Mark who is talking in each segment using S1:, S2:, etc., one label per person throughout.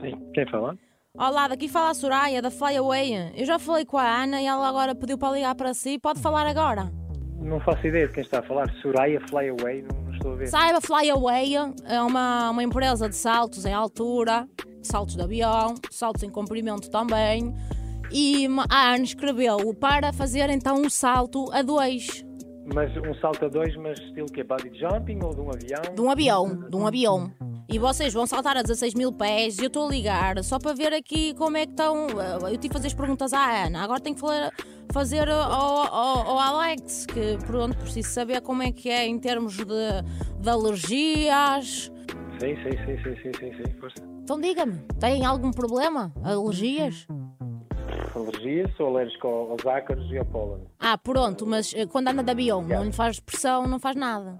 S1: Sim, quem fala?
S2: Olá, daqui fala a Soraya da Fly Away. Eu já falei com a Ana e ela agora pediu para ligar para si. Pode falar agora.
S1: Não faço ideia de quem está a falar. Soraya Flyaway, não, não estou a ver.
S2: Saiba, Fly Away é uma, uma empresa de saltos em altura, saltos de avião, saltos em comprimento também. E a Ana escreveu para fazer então um salto a dois.
S1: Mas um salto a dois, mas estilo que é body jumping ou de um avião?
S2: De um avião, de um avião. E vocês vão saltar a 16 mil pés e eu estou a ligar só para ver aqui como é que estão. Eu tive que fazer as perguntas à Ana, agora tenho que falar- fazer ao, ao- ao Alex, que pronto, preciso saber como é que é em termos de, de alergias.
S1: Sim, sim, sim, sim, sim, sim, sim. Força.
S2: Então diga-me, tem algum problema? Alergias?
S1: Alergia, sou alérgico ao- aos ácaros e ao pólen.
S2: Ah, pronto, mas eh, quando anda de avião, não lhe faz pressão, não faz nada.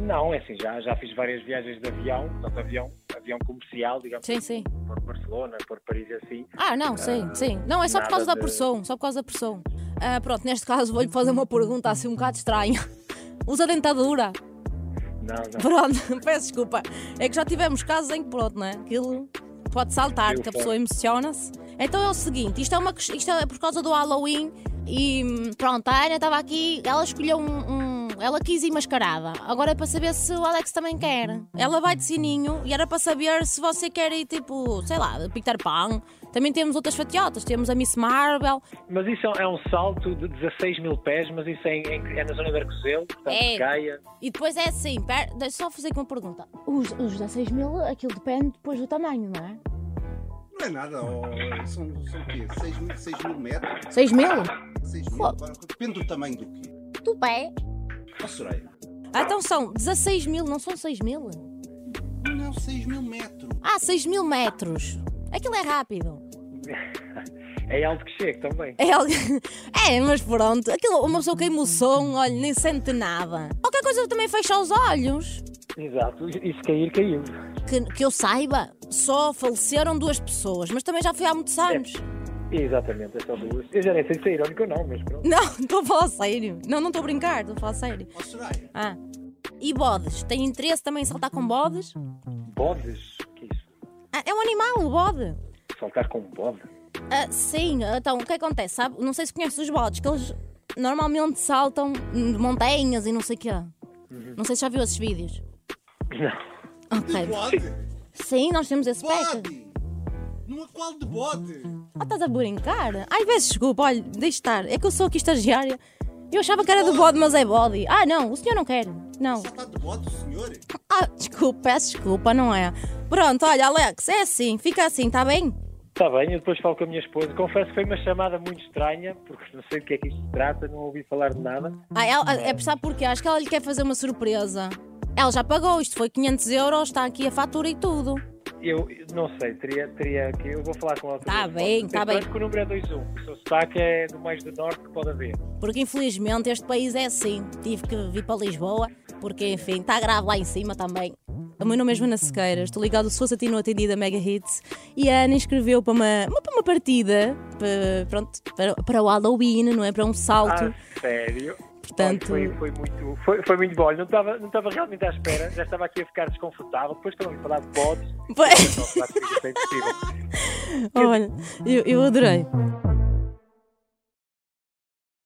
S1: Não, é assim, já, já fiz várias viagens de avião, portanto, avião, avião comercial, digamos, assim,
S2: Sim, sim.
S1: por Barcelona, por Paris e assim.
S2: Ah, não, sim, sim. Não, é só por
S1: nada
S2: causa da
S1: de-
S2: pressão, só por causa da pressão. Ah, pronto, neste caso vou-lhe fazer uma pergunta assim um bocado estranha. Usa dentadura.
S1: Não, não.
S2: Pronto, peço desculpa. É que já tivemos casos em que, pronto, né? Aquilo pode saltar,
S1: Eu
S2: que a
S1: sei.
S2: pessoa emociona-se. Então é o seguinte: isto é, uma, ques- isto é por causa do Halloween e hum, pronto, a Ana estava aqui, ela escolheu um. um- ela quis ir mascarada. Agora é para saber se o Alex também quer. Ela vai de sininho e era para saber se você quer ir tipo, sei lá, Peter Pan. Também temos outras fatiotas, temos a Miss Marvel.
S1: Mas isso é um- é um salto de 16 mil pés, mas isso é, em- em- é na zona de Arcozelo, portanto,
S2: É.
S1: Gaia.
S2: E depois é assim, per... deixa só fazer aqui uma pergunta. Os, os 16 mil, aquilo depende depois do tamanho, não é?
S3: Não é nada, ó, são, são o quê? 6 mil, seis mil metros?
S2: 6 mil?
S3: 6 mil?
S2: Fo-
S3: Agora, depende do tamanho do quê?
S2: Do pé.
S3: Ó Soraya,
S2: Ah, Então são 16 mil, não são 6 mil?
S3: não, 6 mil metros.
S2: Ah, 6 mil metros. Aquilo é rápido.
S1: É alto que chega também.
S2: É, algo- é, mas pronto. Aquilo, uma pessoa que emoção, olha, nem sente nada. Qualquer coisa também fecha os olhos.
S1: Exato, e se cair, caiu.
S2: Que, que eu saiba, só faleceram duas pessoas, mas também já foi há muitos anos.
S1: Exatamente, é só duas. Eu já nem sei se é irónico ou não, mas pronto.
S2: Não, estou a falar sério. Não, não estou a brincar, estou a falar sério.
S3: Ó Soraya,
S2: Ah. E bodes? Tem interesse também em saltar com bodes?
S1: Bodes? que é isso?
S2: Ah, é um animal, o bode.
S1: Saltar com um bode?
S2: Ah, sim, então o que acontece? Sabe? Não sei se conheces os bodes, que eles normalmente saltam de montanhas e não sei o quê. Não sei se já viu esses vídeos.
S1: Não.
S3: de
S2: Ok.
S3: bode?
S2: Sim, nós temos esse pack.
S3: Bode! Não há qual de bode?
S2: Ah, estás a brincar? Ai, peço desculpa, olha, deixa estar. É que eu sou aqui estagiária. Eu achava que era de bode, mas é bode. Ah, não, o senhor não quer. Não.
S3: Só está de bode o senhor?
S2: Ah, desculpa, peço desculpa, não é? Pronto, olha, Alex, é assim, fica assim, está bem?
S1: Está bem, eu depois falo com a minha esposa. Confesso que foi uma chamada muito estranha, porque não sei do que é que isto se trata, não ouvi falar de nada.
S2: Ah, ela, é por sabe porquê? Acho que ela lhe quer fazer uma surpresa. Ela já pagou, isto foi 500 euros, está aqui a fatura e tudo.
S1: Eu eu não sei, teria, teria que. Eu vou falar com ela.
S2: Tá bem, tá bem.
S1: que o número é 21. O seu sotaque é do mais do norte que pode haver.
S2: Porque infelizmente este país é assim. Tive que vir para Lisboa, porque enfim, está grave lá em cima também. O meu nome é Joana Sequeira, estou ligado ao Se Fosse a Ti Não Atendida Mega Hits e a Ana inscreveu para uma, uma- para uma partida para, pronto, para, para o Halloween, não é? Para um salto.
S1: Ah, sério?
S2: Portanto-
S1: Olha, Foi, foi muito, foi, foi muito bom. Não estava, não estava realmente à espera. Já estava aqui a ficar desconfortável. Depois estava a falar de bodes.
S2: Pois.
S1: Não, claro que isso é impossível.
S2: Olha, eu, eu adorei.